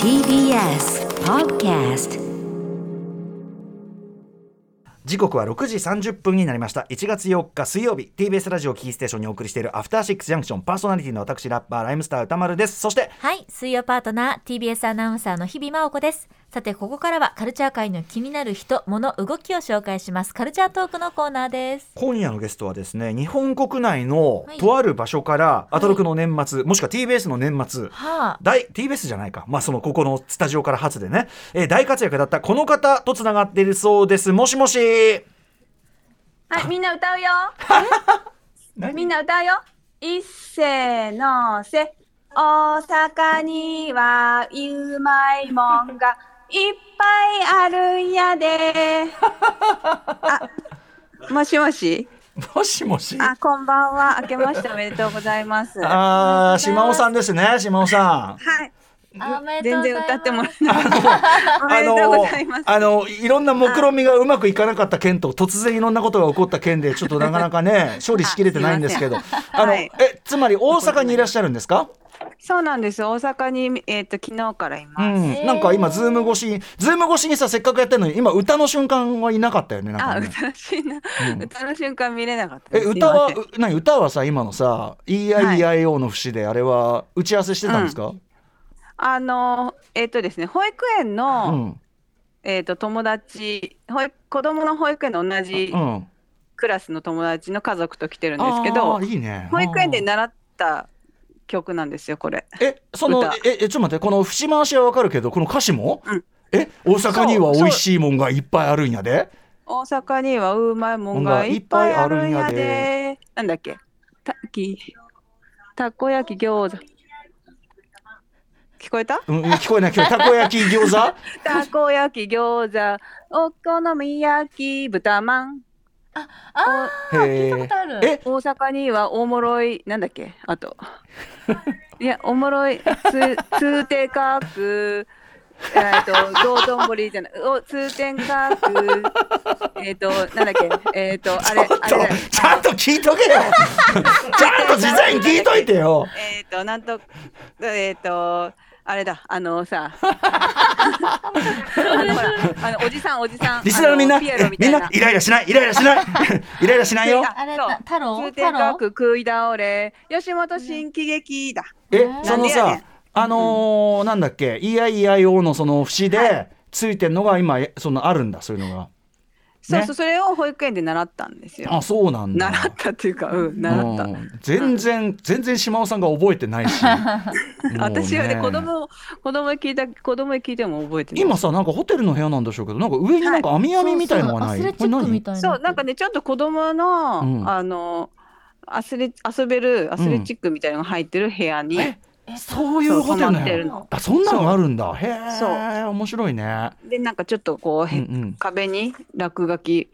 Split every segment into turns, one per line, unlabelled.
TBS Podcast
時刻は6時30分になりました1月4日水曜日 TBS ラジオをキーステーションにお送りしているアフターシックスジャンクションパーソナリティの私ラッパーライムスター歌丸ですそして
はい、水曜パートナー TBS アナウンサーの日々真央子です。さてここからはカルチャー界の気になる人、物、動きを紹介しますカルチャートークのコーナーです。
今夜のゲストはですね日本国内の
はい
とある場所から、アトロクの年末、もしくは TBS の年末
はあ、
大 TBS じゃないか、まあ、そのここのスタジオから初でね、えー大活躍だったこの方とつながっているそうですもしもし
はい、みんな歌うよ。
何
みんな歌うよ。いっせーのーせ。大阪にはうまいもんがいっぱいあるんや で。あ、もしもし。
もしもし
あ、こんばんは。明けましておめでとうございます。は
あー島尾さんですね島尾さん
い。
おめでとう
全
ござい
然
ます
歌ってもらえない。おめでとうございます。
あのいろんな目論みがうまくいかなかった件と突然いろんなことが起こった件でちょっとなかなか ね処理しきれてないんですけどあの、
はい
えつまり大阪にいらっしゃるんですか、
そうなんです。大阪に、えっ、と、昨日からいうます。
ん、なんか今ズーム越しにズーム越しにさせっかくやってるのに今歌の瞬間はいなかったよねなん
あ、
かね
歌のしいな、
うん
歌の瞬間見れなかった
え
です。
歌
す
はい
ません
う何歌はさ今のさ EIEIO の節であれは打ち合わせしてたんですか、
あのえっ、とですね保育園
う
の、
ん
えっ、と友達保育子供の保育園の同じ
うん、
クラスの友達の家族と来てるんですけど、
あーいいね
保育園で
あー
習った曲なんですよこれ。
えその
歌
ええちょっと待ってこの節回しはわかるけどこの歌詞も、
うん
え大阪には美味しいもんがいっぱいあるんやで
大阪にはうまいもんがいっぱいあるんやで。なんだっけたきたこ焼き餃子。聞こえた？
うんうん聞こえない聞こえないたこ焼き餃 子
たこ焼き餃子お好み焼き豚まん。
あ
へ
ー、聞い
ー
たことある。
え
大阪にはおもろいなんだっけあ といやおもろいつ通天科学えっと道頓堀じゃないお通天科学えっとなんだっけえっ、とあれ
ちょっ
あれだよ
とちゃんと聞いと けよちゃんと事前に聞いといてよ
えっ、となんとえっ、とあれだあ のさあのほらあのおじさんおじさん
リスナーのみんな
あピエロみた
みん
い
な
な
イライラしないイライラし ないイライラしないよ
あ
あれ
そう
た太郎
通
太
天科
郎
学食い倒れ吉本新喜劇だ、
え
ね
その
なんでや
さ
ね
あのーなんだっけ EIEIO のその節でついてんのが今えそのあるんだそういうの
そう
ね
そう、それを保育園で習ったんですよ
があそうなんだ
習ったっていうか、うん、習った。
うん全然全然島尾さんが覚えてないし
私はね、
もう
子供を、子供に聞いた、子供に聞いても覚えてない。
今さなんかホテルの部屋なんでしょうけどなんか上になんか網網みたいのがない、
そうそうアスレチックみ
こ
たいな。
そう、なんかね、ちょっと子供の、
うん
あの。アスレ、遊べるアスレチックみたいなのが入ってる部屋に。
えれ何そういうホテル
そう泊
の
まっ
部
て
屋
るの。
あそんなのあるんだへ
そう
え面白いね
で、なんかちょっとこう、
うん
へ
うん
壁に落書き、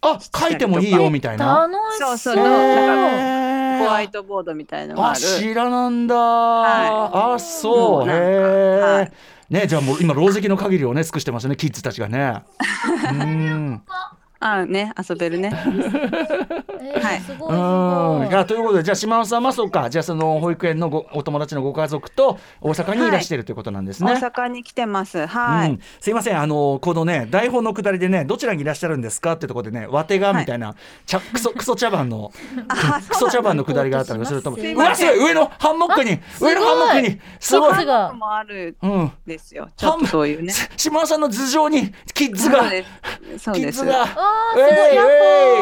あ書いてもいいよみたいな
楽しそう。
そう
へ
そうなん
え
かホワイトボードみたいなのがあ
あ
る。
知らなんだ、
は
あそう
う
へ
んなんか
え、
はい
ねじゃあもう今老石の限りをね尽くしてますねキッズたちが ねうん
あ、ね、遊べるね。
えー
はい
す
う
ごいすご
ん
い。
あということでじゃあ島尾さんはそうかじゃあその保育園のごお友達のご家族と大阪にいらしてるということなんですね。
大阪に来てます。は
う
い
ん。、すいませんあのこのね台本のくだりでねどちらにいらっしゃるんですかってところでねわてがみたいな、ちゃクソクソ茶番の
あ、
クソ茶番のくだりがあったので
そ
そうれ
なん
とも
だすいうま
わ
せ
す
ん
ごい上のハンモックに
ごい
上のハンモックにすごい
キッズが
もある
うん
ですよ。ちょっとそういうね。
し島尾さんの頭上にキッズが
そうです。そう
キッ
です
ズ。が
あー
えい
すごいヤ
えい
ッホ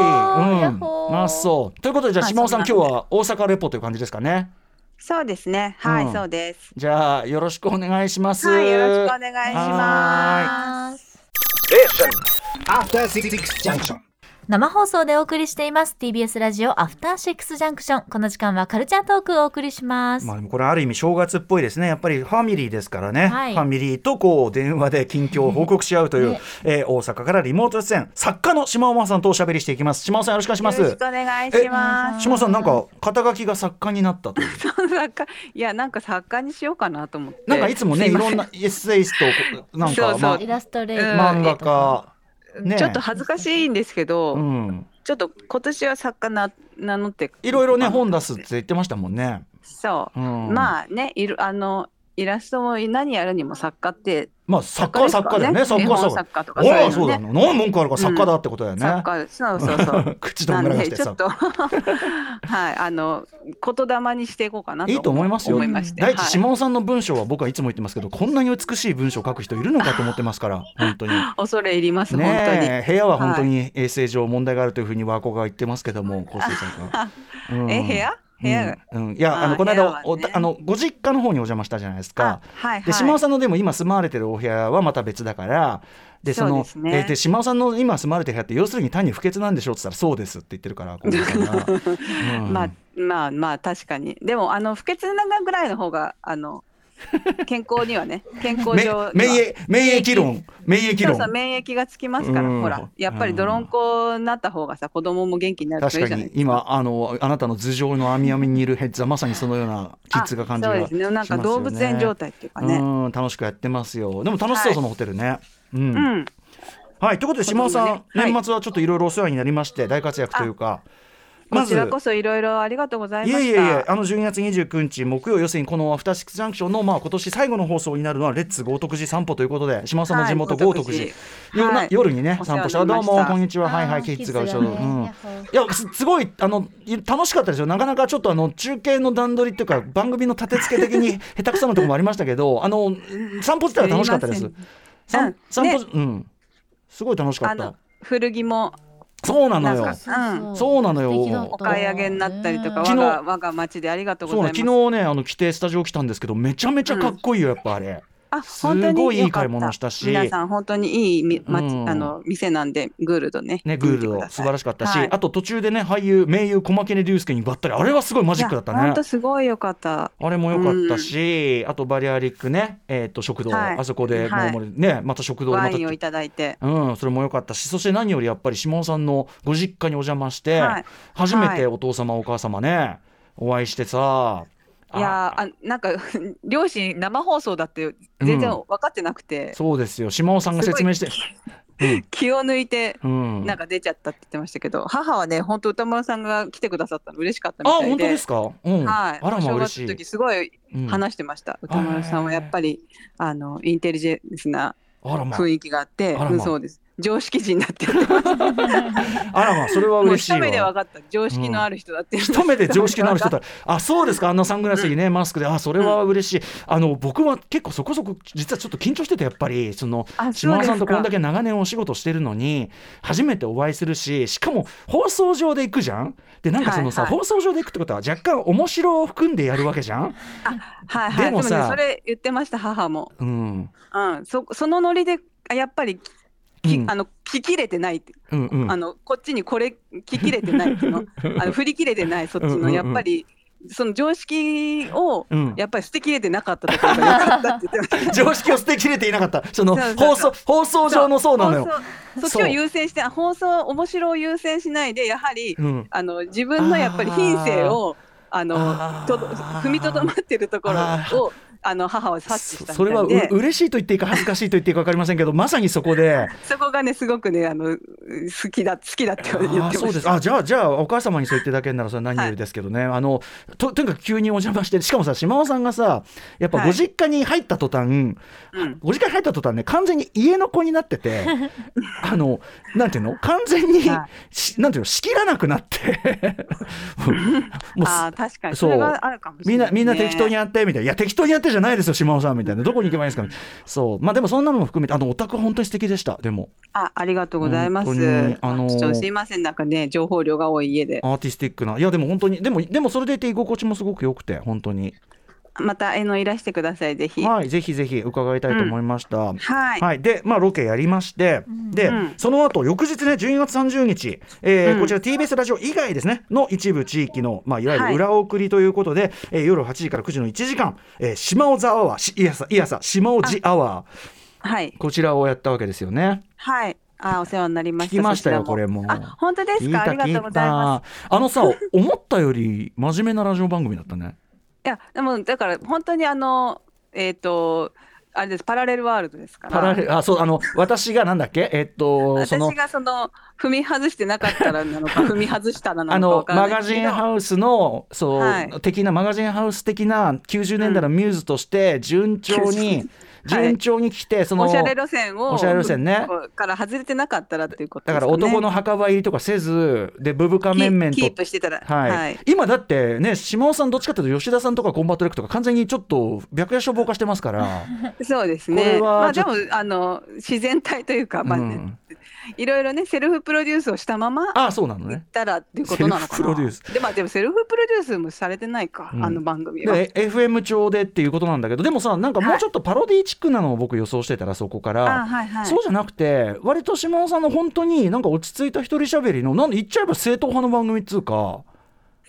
ーヤ
う
ッ
ん
ホー
まあそうということでじゃあ
はい
島尾さん
そ
今
うなん
日は大阪レポという感じですかね
そうですね。はい、
うん
そうです。
じゃあよろしくお願いします
はい、よろしくお願いし
は
ます。
After Six Junction.
生放送でお送りしています TBS ラジオアフターシックスジャンクションこの時間はカルチャートークをお送りします、
まあでもこれある意味正月っぽいですねやっぱりファミリーですからね、
はい
ファミリーとこう電話で近況を報告し合うという、
ね
えー大阪からリモート出演作家の島尾真央さんとおしゃべりしていきます島尾さんよろしくお願いしま
よろし
す
くお願いしま
島尾さんなんか肩書きが作家にな ったという
す。作家いやなんか作家にしようかなと思って。
なんかいつもね
す
い
ませ
ろ んなエッセイストなん
そう
か
そう
まあ
イラストレーター
漫画家ね
ちょっと恥ずかしいんですけど、
うん
ちょっと今年は作家な名乗って
いろいろね本出すって言ってましたもんね
そう、
うん
まあねいるあのイラストも何やるにも作家って
まあ作家は作家だよね
ですか
作
ね
家は
絵
作家
本作家とか
おら
い
そう
の
だな何文句あるか作家だってことだよね、
作家そうそう そう
口と
なんん
がらがし
で
て
ちょ
さ
っと はいあの言霊にしていこうかない
いと思いますよ
思いまして
第一、
はい
島尾さんの文章は僕はいつも言ってますけどこんなに美しい文章を書く人いるのかと思ってます から本当に。
恐れ入ります、
ねえ部屋は本当に衛生上問題があるというふうにワーコが言ってますけど も、コースさんが。う
本当
ん
に。え部屋部屋が、
うんうんいやあの
あー
この
部屋は
間
ね
おあのご実家の方にお邪魔したじゃないです
あ
か。
はいはい
で島尾さんのでも今住まわれてるお部屋はまた別だからでその
そうですね
えーで島尾さんの今住まわれてる部屋って要するに単に不潔なんでしょうって言ったらそうですって言ってるから近藤さん が、うん
まあまあまあ確かにでもあの不潔なぐらいの方があ の健康にはね健康
め
上
免疫免疫論免疫
そう
論
そう免疫がつきますから、
うん
ほらやっぱり泥んこになった方がさ子供も元気になるからい
確
いじ
か
ゃない
に
ですか。
今あのあなたの頭上の網網にいるヘッズはまさにそのようなキッズが感じ
あ
が
そ
しま
うですすね
よね。
なんか動物園状態っていうかね。
うん楽しくやってますよでも楽しそう、
はい
そのホテルねうん、
うん、
はいということで島尾さん、
そうですねはい
年末はちょっといろいろお世話になりまして大活躍というかま
こ
ず
ち
い
らこそいろいろありがとうござい
えい
ました。
えいえあの12月29日木曜要するにこの「アフターシックスジャンクションの」まあ、今年最後の放送になるのは「レッツ豪徳寺散歩」ということで島尾さんの地元
はい
豪徳寺、ような
はい
夜にね
お世話
散歩した
にな
ど
り
う
ました
もこんにちははい
あー
はいキッズが後ろ
キッズがね
うん
やっほー
いやすすごいあのい楽しかったですよなかなかちょっとあの中継の段取りっていうか番組の立て付け的 に下手くそなところもありましたけどあの散歩自体は楽しかったです
すいま
散,、
うん
散歩
ね
うんすごい楽しか
あ
っ
の
た
古着も
そうなの
な
よ
んかうん
そうなのよ
素敵だった
お買い上げになったりとか、
ね
我
昨日
が我が町でありがとう
そう
ござ
ないの
ます。
昨日ねあの来てスタジオ来たんですけどめちゃめちゃかっこいいよやっぱあれ、
あ
す
本当に
ごいいい
よかっ
買
た
い物したし
皆さん本当にいいみ、ま
うん
あの店なんでグールドね。
ねグールド素晴ら
し
しかったし、
はい
あと途中でね俳優名優小牧根龍介にばったりあれはすごいマジックだったね
本当すごいよかった。
あれも良かったし、あとバリアリックね、えっ、と食堂、
はい
あそこで、
はい
もうね、また食堂で
ワ
ま
インをい
た。
ただいて。
うん、それも良かったしそして何よりやっぱり島尾さんのご実家にお邪魔して、
はい
初め
は
て
い
お父様お母様ねお会いしてさ
いやーあなんか 両親生放送だって全然分かってなくて、
そうですよ島尾さんが説明して
気を抜いて
うん
なんか出ちゃったって言ってましたけど、母はね本当歌丸さんが来てくださったの嬉しかったみ
あ
たいで。
本当ですか、うん
はい、
あらまあ
お正
嬉
月
し
の
い
時、すごい
うんあ
話してました、歌丸さんはやっぱりあのインテリジェンスな
らま
雰囲気があって、
あらま
うんそうです常識人だって言ってました
あらまそれは
もう
嬉しい
一
わ
目で分かった常識のある人だって、
一目で常識のある人
だ
だあそうですかあんなサングラスにね、マスクであそれは嬉 しいあの僕は結構そこそこ実はちょっと緊張しててやっぱりその
あ
島尾さんとこんだ
け
け長年お仕事してるのに初めてお会いするししかも放送上で行くじゃんでなんかそのさ、
はいはい
放送上で行くってことは若干面白を含んでやるわけじゃん、
はいはい
で
で
も
も,、
さ
ね、それ言ってました母も、
うん
うん、そそのノリであやっぱり
う
き、
ん
あの聞きれてないって、
うんうん
あのこっちにこれ聞きれてないってい うのあの振り切れてないそっちの、
うんうんうん
やっぱりその常識を、
うん
やっぱり捨てきれてなかったところが良かったって言ってました
常識を捨てきれていなかったその
そうそう
放送 放送上のそうなのよ
放送そっちを優先してあ放送面白を優先しないでやはり、
うん
あの自分のやっぱり品性をあ
あー
のとど踏みとどまってるところ
あー
をあの母は察知した
そ
み
それ
た
はい
で
う嬉しいと言っていいか恥ずかしいと言っていいか分かりませんけどまさにそこで。
そこがねすごくねあの好きだ好きだって 言って
あ
ま
ー
した。
そうですあじゃあ じゃあお母様にそう言っていただけるならそれは何よりですけどね、あのととにかく急にお邪魔してしかもさ島尾さんがさやっぱ
はい
ご実家に入った途端、
うん
ご実家に入った途端ね完全に家の子になって てあのなんていうの完全に、
は
しなんていうの仕切らなくなって もうす
あー確かに
そう
それがあるかもし
み
れ
ん
ない、
な、
ね。
みんな適当にやって、みたいな。いや、適当にやってじゃないですよ、島尾さん、みたいな。どこに行けばいいんですかみたいなそう。まあでも、そんなのも含めて、あの、オタクは本当に素敵でした、でも。
あありがとうございま
本当に
す。
あのー
ちょっとすいませんなんかね情報量が多い家で。
アーティスティックな。いや、でも本当に、でも、でもそれでいて居心地もすごく良くて、本当に。
また絵のいらしてくださいぜひ。は
はい、ぜひぜひ伺いたいと思いました。
い。
はい、で、まあ、ロケやりまして、で、
うん
その後翌日ね、12月30日、えー
うん
こちら TBS ラジオ以外ですね、の一部地域の、まあ、いわゆ
は
る
い
裏送りということで、えー夜8時から9時の1時間、えー、島尾ザアワー、しいやさ、いやさ、島尾ジアワー、
はい。
こちらをやったわけですよね。
はい。あーお世話になりました。
聞きましたよ
そちら
これも
あ本当です
聞い
か。
た
ありがとうございます。
聞いたあのさ、思ったより真面目なラジオ番組だったね。
いやでもだから本当にあのえっ、とあれですパラレルワールドですから
パラレルあそうあの私がなんだっけえっとそ
私
の
がその踏み外してなかったらなのか 踏み外したらな
あ
の
の
かわから
マ
な
ガ
い
ジ
け
ン
ど
ハウスのそう、
はい
的なマガジンハウス的な90年代のミューズとして順調に、
はい
順調に来てその
おしゃれ路線を
おしゃれ路線ね
から外れてなかったらっていうこと
だ
です
か
ね
ら男の墓場入りとかせずでブブカ
キ
メンメン
キ
と
ープしてたら
はい
はい
今だってね島尾さんどっちかというと吉田さんとかコンバットレックとか完全にちょっと白夜消防化してます から、
そうです
これ
ね。
は
まあ
ちょっ
で
と
もあの自然体というか、まあね
うん
いろいろねセルフプロデュースをしたまま行
ああそうなの
っ
ね。
たらっていうことなのかな。
セルフプロデュー
でまあでもセルフプロデュースもされてないか、
うん
あの番組は。
で FM 調でっていうことなんだけどでもさなんかもうちょっとパロディチックなのを僕予想してたらそこから、
あはいはい。
そうじゃなくて割と島尾さんの本当になんか落ち着いた一人喋りのなんで言っちゃえば正統派の番組っつうか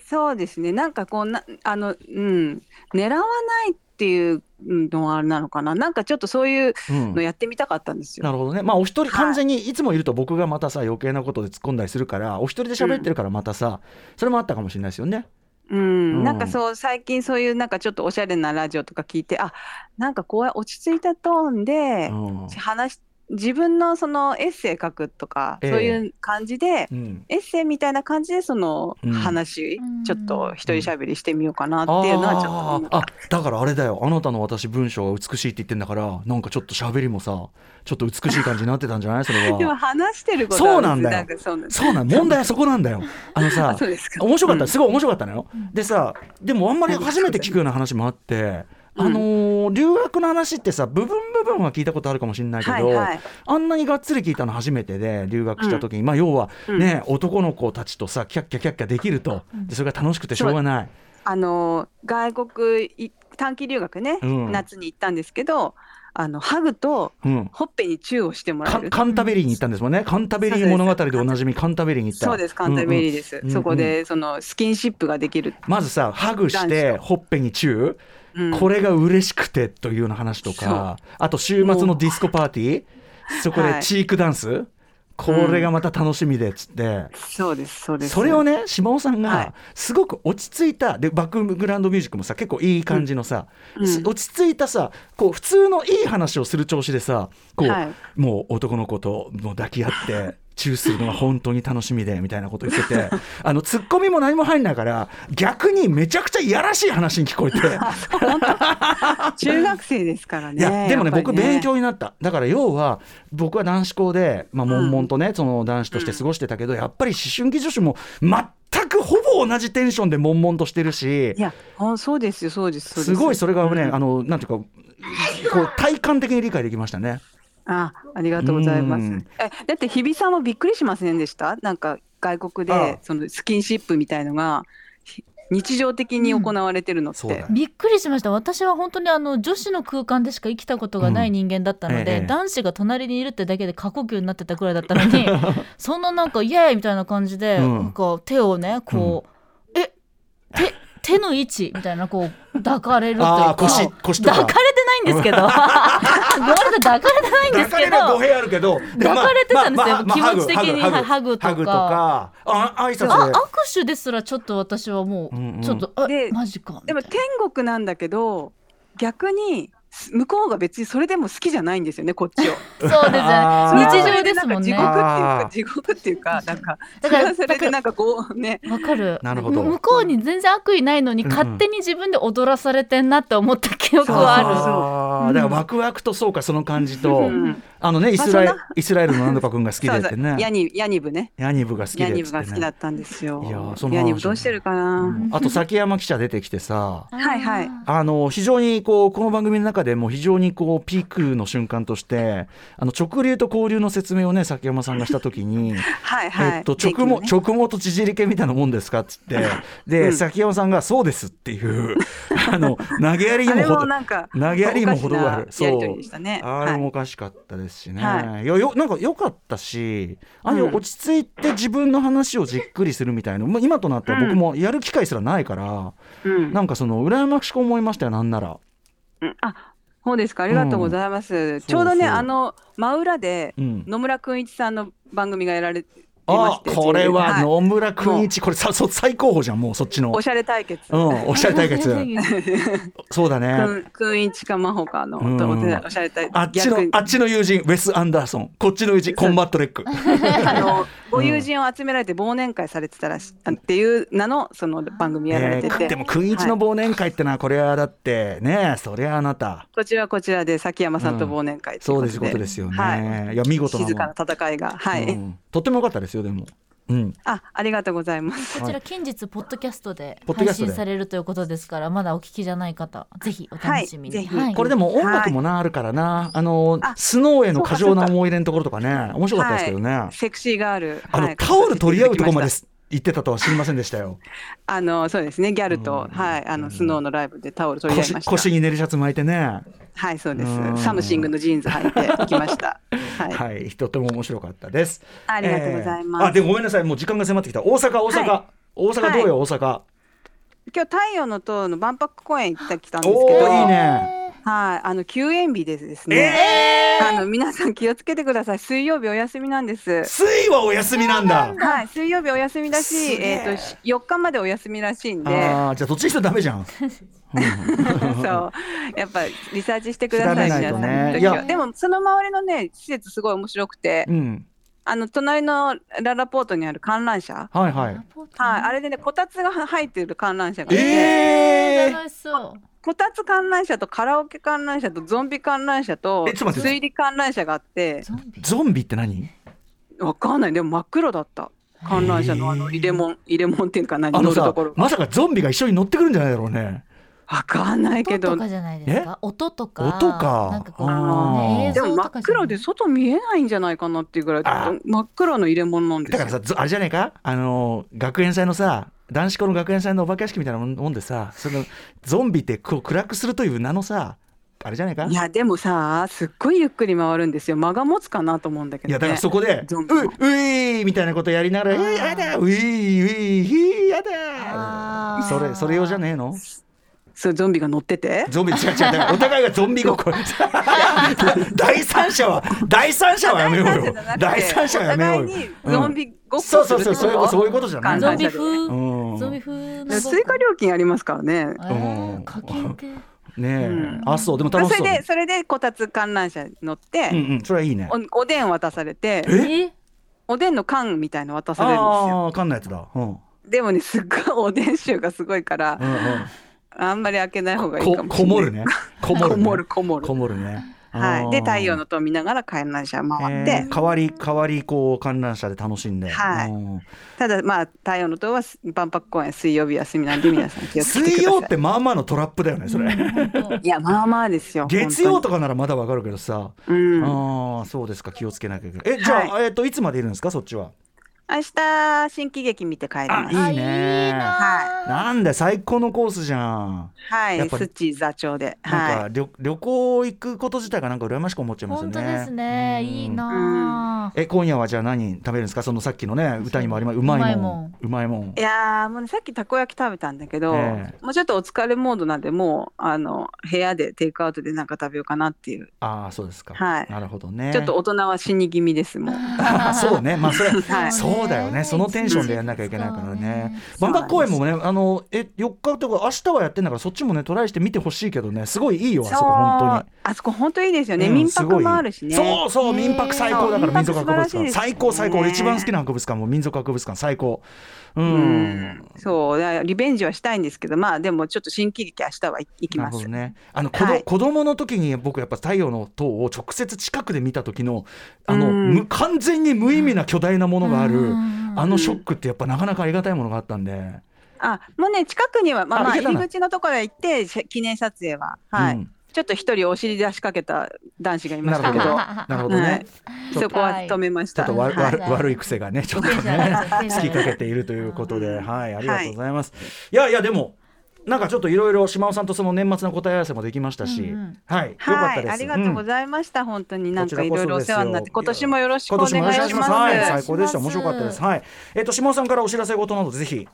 そうですね。なんかこうなあのうん狙わないっていうのはあれなのかな。なんかちょっとそういう
うん
のやってみたかったんですよ。
なるほどねまあお一人
い
完全にいつもいると僕がまたさ余計なことで突っ込んだりするからお一人で喋ってるからまたさ、それもあったかもしれないですよね。
うん、
うん
なんかそう最近そういうなんかちょっとおしゃれなラジオとか聞いてあなんかこう落ち着いたトーンで、
うん
話し自分のそのエッセイ書くとか、
ええ
そういう感じで
うん
エッセイみたいな感じでその
うん
話、
うん
ちょっと一人喋りしてみようかなっていうのはちょっと思っ
あー
た
あだからあれだよあなたの私文章が美しいって言ってんだからなんかちょっと喋りもさちょっと美しい感じになってたんじゃないそれ
でも
は
話してること
そう
は
なんだよ
かそうなんです
そうなん問題はそこなんだよあの
あ
さ
そうですか
面白かった、
うん
すごい面白かったのよ、
うん
でさでもあんまり初めて聞くような話もあって、
うん
あのー留学の話ってさ部分部分は聞いたことあるかもしれないけど、
はいはい
あんなにがっつり聞いたの初めてで留学した時に、まあ要は
うん
ね、男の子たちとさキャッキャキャッキャできるとでそれが楽しくてしょうがない。
あの外国い短期留学ね、
うん
夏に行ったんですけどあのハグと
うん
ほっぺにチューをしてもら
カ
え
ン
る
カンタベリーに行ったんですもんね。カンタベリー物語でおなじみカンタベリーに行った。
そうですカンタベ
うんう
リー
ん
です、そこでそのスキンシップができる、
まずさハグしてほっぺにチュ
うん
ー、これが嬉しくてというような話とか、あと週末のディスコパーティー、そこで
はい
チークダンス、これがまた楽しみでっつって。
そうですそうです
それをね島尾さん
は
が
い
すごく落ち着いたでバックグラウンドミュージックもさ結構いい感じのさ、
うん
す落ち着いたさこう普通のいい話をする調子でさこう、
はい
もう男の子ともう抱き合って。チューするのが本当に楽しみでみたいなこと言っててあのツッコミも何も入んないから逆にめちゃくちゃいやらしい話に聞こえて
中学生ですからね。
いやでもね
やっぱ
僕
りね
勉強になっただから要は僕は男子校で、まあ、悶々とね、その男子として過ごしてたけど、やっぱり思春期女子も全くほぼ同じテンションで悶々としてるし
いや、あそうですよ、そうです。そうです
ごいそれがね、
うん
あのなんていうかこう体感的に理解できましたね。
あ、ありがとうございま
うん
す。え、だって日比さんもびっくりしませんでした。なんか外国
ああ
で、そのスキンシップみたいのが。ひ日常的に行われてるの
う
っ
んそうだ
て
よ。
びっくりしました私は本当にあの女子の空間でしか生きたことがない人間だったので、
うんええ
男子が隣にいるってだけで過呼吸になってたぐらいだったの にそんななんかイエーイみたいな感じで、
うん
なんか手をねこう、え手手の位置みたいなこう抱かれるという
あー
か
腰腰とか
抱かれてないんです けどごめんなさい抱かれてないんですけど
あるけど
抱かれてたんですよ気持ち的にハグ
ハグとかあ挨拶
あ
で
握手ですらちょっと私はもう、
うんうん
ちょっとあ
で
マジかみた
で
いな
も天国なんだけど、逆に。す向こうが別にそれでも好きじゃないんですよね、こっちを。
そうです
あ
よ
ー
ね日常ですもんね
それ
あ
はそれでなんか地獄っていうか、地獄っていうか、なんか。
だから
それはそれでなんかこうね。
わかる
なるほど
む向こうに全然悪意ないのに、
うんうん
勝手に自分で踊らされてんなって思った記憶
そう
はある
そうそう
あーだからワクワクとそうかその感じと、
うん
あのねイスラエ
ま
ルイスラエルのなんとか君が好きで
そう
っ
そ
て
うヤ
ね
ニヤニブね。
ヤニブが好きで
ヤ
っ
ニ
つ
ブ
っ
が
て
好
ね
きだったんですよ。
いやーその話
ヤニブどうしてるか
う
な。
んあと崎山記者出てきてさ
はいはい
あの非常にこうこの番組の中でも非常にこうピークの瞬間としてあの直流と交流の説明をね崎山さんがした時に、
はい はい。
えっと
電
直
気の
毛
ね
直毛と縮り系みたいなもんですかっつってで、
うん
崎山さんが「そうです」っていうあの投げやりに
あ
も
れ
ほ
も
ど
なんか
投げやりにも程があ
お
る
かしなやりとりでしたね。
あれもお
は
かしかったですしね、、
はい
やよなんか良かったしああいう
うん
落ち着いて自分の話をじっくりするみたいな、まあ今となっては僕もやる機会すらないから、
い。うん。
なんかその羨ましく思いましたよなんなら。
うんあ、そうですか。ありがとうございます。
そう
ちょうどね
そう
あの真裏で
うん
野村くんいちさんの番組がやられま
あ
して
これは
自由にい
野村くん一、これさ そ最高峰じゃんもうそっちの
おしゃれ対決、
う
うん
んおしゃれ対 決そうだね
くん、くんいちかまほかの、
うん
おしゃれ対決
あっちの
逆に
あっちの友人ウェス・アンダーソンこっちの友人コンバットレック
あのご友人を集められて忘年会されてたらしあっていう名のその番組 やられてて、
えーでもくんいちの忘年会ってのはこれはだってねそりゃあなた
こちらこちらで崎山さんと忘年会ってい
そうですことですよね、
はい
い、や見事なもん
静かな戦いがはい、
うんとっても良かったですよでもうん
あありがとうございます
こちら近日ポッドキャストで
ポッドキャ
配
ストで
信されるということですからまだお聞きじゃない方ぜひお楽しみに、
はいぜひ
これで
も
も音楽もなあるからな、あの
あ
スノーへの過剰な
そうかそうか
思い入れのところとかね面白かったですけどね、
セクシーガール
あの、
はい
タオル取り合うとこまで
来た
す言ってたとは知りませんでしたよ
あのそうですねギャルと、
うん
はいあ
うん
のスノーのライブでタオル 取り合い
腰
ました
腰に寝るシャツ巻いてね
はいそうで
うん
すサムシングのジーンズ履いて行き ましたはい、
はい、とても面白かったです
ありがとうございます、
えーあでごめんなさいもう時間が迫ってきた大阪大阪、
は
大阪どうよ、大阪
今日太陽の塔の万博公園行ってきたんです
お
けど
おーいいね
はい、あの休園日でです
え
ね、
え
あの皆さん気をつけてください。水曜日お休みなんです。
水はお休みなんだ
はい、水曜日お休みだし、
すげえ
えっ、とし4日までお休みらしいんで、
あーじゃあどっちにしてもダメじゃん
そう、やっぱリサーチしてください
調べない
皆
と
さん
ね
の
い
時
や
は。でもその周りのね施設すごい面白くて
う、ん
あの隣のララポートにある観覧車、
はいはい
はい、あれでねこたつが入ってる観覧車があって、
えー、
楽しそう
こたつ観覧車とカラオケ観覧車とゾンビ観覧車と
えちょっと待って
推理観覧車があって、
ゾンビ
ゾンビって何
わかんないでも真っ黒だった。観覧車のあの入れ物入れ物っていうか何
あ
乗
の
ると
さ
ころ
まさかゾンビが一緒に乗ってくるんじゃないだろうね
わかんないけ
音と
ど
かじゃないですか音とか
音か
なんかこう、
あー
ね、映
で
像
も
とか
真っ
じゃな
黒
い
で外見えないんじゃないかなっていうぐらい
あ
真っ黒の入れ物なんです
だ
よ
からさずあれじゃねえかあの学園祭のさ男子校の学園祭のお化け屋敷みたいなもんでさそのゾンビってこう暗くするという名のさあれじゃねえか
いやでもさすっごいゆっくり回るんですよ間が持つかなと思うんだけ
い
ど、ね、
やだからそこで「
ゾンビ
うういー」みたいなことやりながら「
あー
ういやだういういひーや
あ
だ
ー
それそれ用じゃねえの
そうゾンビが乗ってて
ゾンビ違う違うだからお互いがゾンビごっこ 第三者は第三者はやめようよ第三者はやめよう
お互い
よ
にゾンビごっこす
そ
る
うそうそうそういうことそういうことじゃない
ゾ
観
ン
覧
ビ
車で
風、
うん
ゾンビ風の
追加料金ありますからね
あー課金系
ねえ、
うん
あそうでも
まあ
楽
そ
しそ
れ
う
でそれでこたつ観覧車乗って、
うんうんそれはいいね
おおでん渡されて
え
え
おでんの缶みたいの渡されるんですよ
ああかんないやつだうんうん
でもねすっごいおでん臭がすごいから
うん
あんまり開けない方がいい
こ
かもしれ
こ
ない
もるねこもる
こ
ね
もるこもる
こもるね
はい、で太陽
の
の塔見ながら観覧車回っ
え
て
ー、代わり代わりこう観覧車で楽しんで、
はい
うん
ただまあ太陽の塔は万博公園水曜日休みなんで皆さん気をつけてください
水曜ってまあまあのトラップだよねそれ、
いやまあまあですよ
月曜
と
とかならまだわかるけどさ、
うん明
ああそうですか気をつけなきゃいけないえじゃあ、
はい
えっ、といつまでいるんですかそっちは
日新喜劇見て帰りま
あ
す
いいね
な
なんで最高のコースじゃん
は
やっ
い
ぱり
スッチー座長で
なん
は
か旅,、旅行行くこと自体がなんか羨ましく思っちゃいますよ
本
ね
当ですね
うん
いいな
え今夜はじゃあ何食べるんですかそのさっきのね歌にもありますうまいもんうまいもん
いいやーもうねさっきたこ焼き食べたんだけど、
え
もうちょっとお疲れモードなんでもうあの部屋でテイクアウトでなんか食べようかなっていう、
ああそうですか、
はい
なるほどね
ちょっと大人は死に気味ですもう
あーそうねまあ それ
はい
そうだよねそのテンションでやんなきゃいけないからね
う
万
ん
博公園もねあのえ4日とか明日はやってんだからそっちもねトライして見てほしいけどねすごいいいよあそこ本
あそこ本当いいですよ
当
ね、
に、うん
民泊もあるしね
すごいそうそう
ね
民泊最高だから
そう
民族博物
民泊素晴らしいです
館
ね
最高最高俺一番好きな博物館も民族博物館最高うん、
うん、そうだからリベンジはしたいんですけどまあでもちょっと新喜劇明日は行き
な
ま
るほ
す
どね。あの、子ど、
はい
子供の時に僕やっぱ太陽の塔を直接近くで見た時の。あの、
うん
む完全に無意味な巨大なものがある。あ
の
のショックってやっぱなかなかありがたいものがあったんで。
あもうね近くにはまあ、
あ
まあ、
行けた
入
ん
り
だ
口のところへ行ってし記念撮影ははい、
うん
ちょっと一人お尻出しかけた男子がいま
な
し
る
た
ほ
け
ど。
ど
なるほど
は
ね
い。そこは止めまし
ちょ
た
っとわ、
はい
悪悪い癖がね、ちょっとね、 好きかけているということで、はい、ありがとうございます。いやいや、でも。なんかちょっといろいろ島尾さんとその年末の答え合わせもできましたし、
うんうん
はい、よかった
は
で
い、
す。
ありがとうございました、本当になんかいろいろお世話になって
こ
今
ちらこそです
年
よ
もよろしくお
今
願い
年もよろしくお願いします
しま
す。
お願
はい
します
最高でした。面白かったです。はい。えっ、と、島尾さんからお知らせ事など、ぜひ。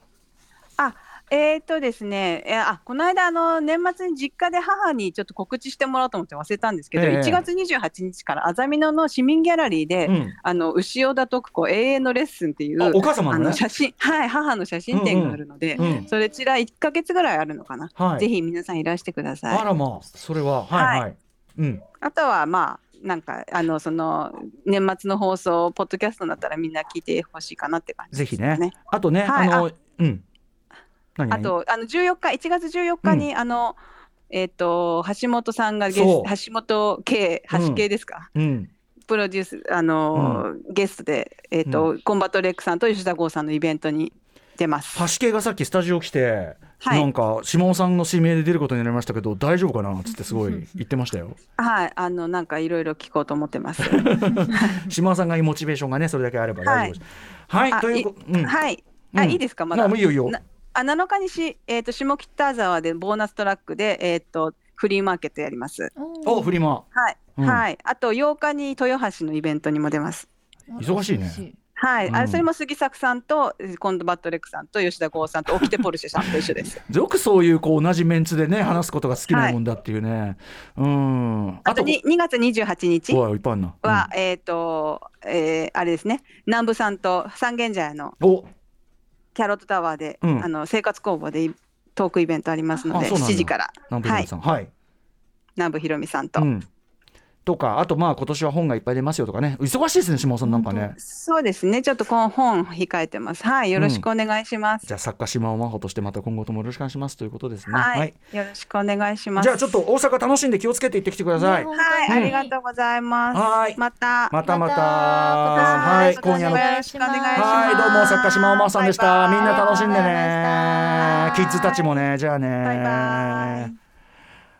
あえー、っとですね、えーあこの間あの、年末に実家で母にちょっと告知してもらおうと思って忘れたんですけど、
ええ
1月28日からあざみ野の市民ギャラリーで、
うん
あの牛尾田徳子永遠のレッスンっていう
あお母様
あ
の
の
ね。
写真、はい、母の写真展があるので、
うん
それちら1ヶ月ぐらいあるのかな、
はい
ぜひ皆さんいらしてください。
あらまあ、それは、はいはい。うん、
あとはまあなんかあのその年末の放送ポッドキャストだったらみんな聞いてほしいかなって感じ
ぜ
です
ひ
ね。
ね。あとね、あ
はい
の、うん。何
あ
々
とあの14日1月14日に、あのえっ、と橋本さんがゲス
そう
ト橋本圭
うん
橋圭ですか、
うん、
プロデュースあの、ゲストでえっ、と、コンバットレックさんと吉田剛さんのイベントに出ます。
橋系がさっきスタジオ来て、
はい
なんか島尾さんの指名で出ることになりましたけど大丈夫かなっつってすごい言ってました よ
はいあのなんかいろいろ聞こうと思って ます。
島尾さんがいいモチベーションがねそれだけあれば大丈夫ですはい、
あ
というこうん
はい。あ、
うん
いいですか、ま
あ
だ。
もういいよいいよ
なあ、7日にし、えっ、と、下北沢でボーナストラックで、えっ、と、フリーマーケットやります。
おフリマ
はい。
うん
はい。あと、8日に豊橋のイベントにも出ます。
忙しいね
はい、
う
あ、
ん
それも杉作さんと、えーコンドバットレックさんと、吉田剛さんと、オキテポルシェさんと一 緒です。
よくそういうこう同じメンツでね話すことが好きなもんだっていうね、うん
あとに、2月28日
おいいっぱいあんな、うん
は、えっ、と、えーあれですね、南部さんと三軒茶屋の
お
キャロットタワーで、
うん
あの、生活工房でいトークイベントありますの
あ
で、
そうなんだ
7時から、
南部ひろみさんはい、
南部ひろみさんと。
うん、とかあとまあ今年は本がいっぱい出ますよとかね忙しいですね島尾さんなんかね
そうですね。ちょっとこの本控えてます。はい、よろしくお願いします。
じゃあ作家島尾真帆としてまた今後ともよろしくお願いしますということですね
はい、よろしくお願いします。
じゃあちょっと大阪楽しんで気をつけて行ってきてください。
はい、
うん
ありがとうございます。
はい
また。
またまた。
ま
はい、
た
今夜の。
お
は
願
い、
いします
どうも作家島尾真帆さんでした。
バイ
みん
バイ
な楽しんでね
あ。
キ
り
ッ
がとうございました
ズたちもね、じゃあね。
バイバイ。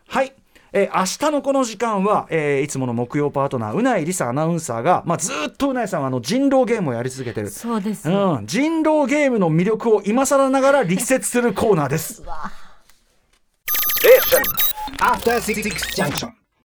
はい。えー明日のこの時間は、えーいつもの木曜パートナー、うないりさアナウンサーが、まあ、ずーっとうないさんはあの人狼ゲームをやり続けてる、
そうです。
うん、人狼ゲームの魅力を今更ながら力説するコーナーです。
わあ
After Six Junction.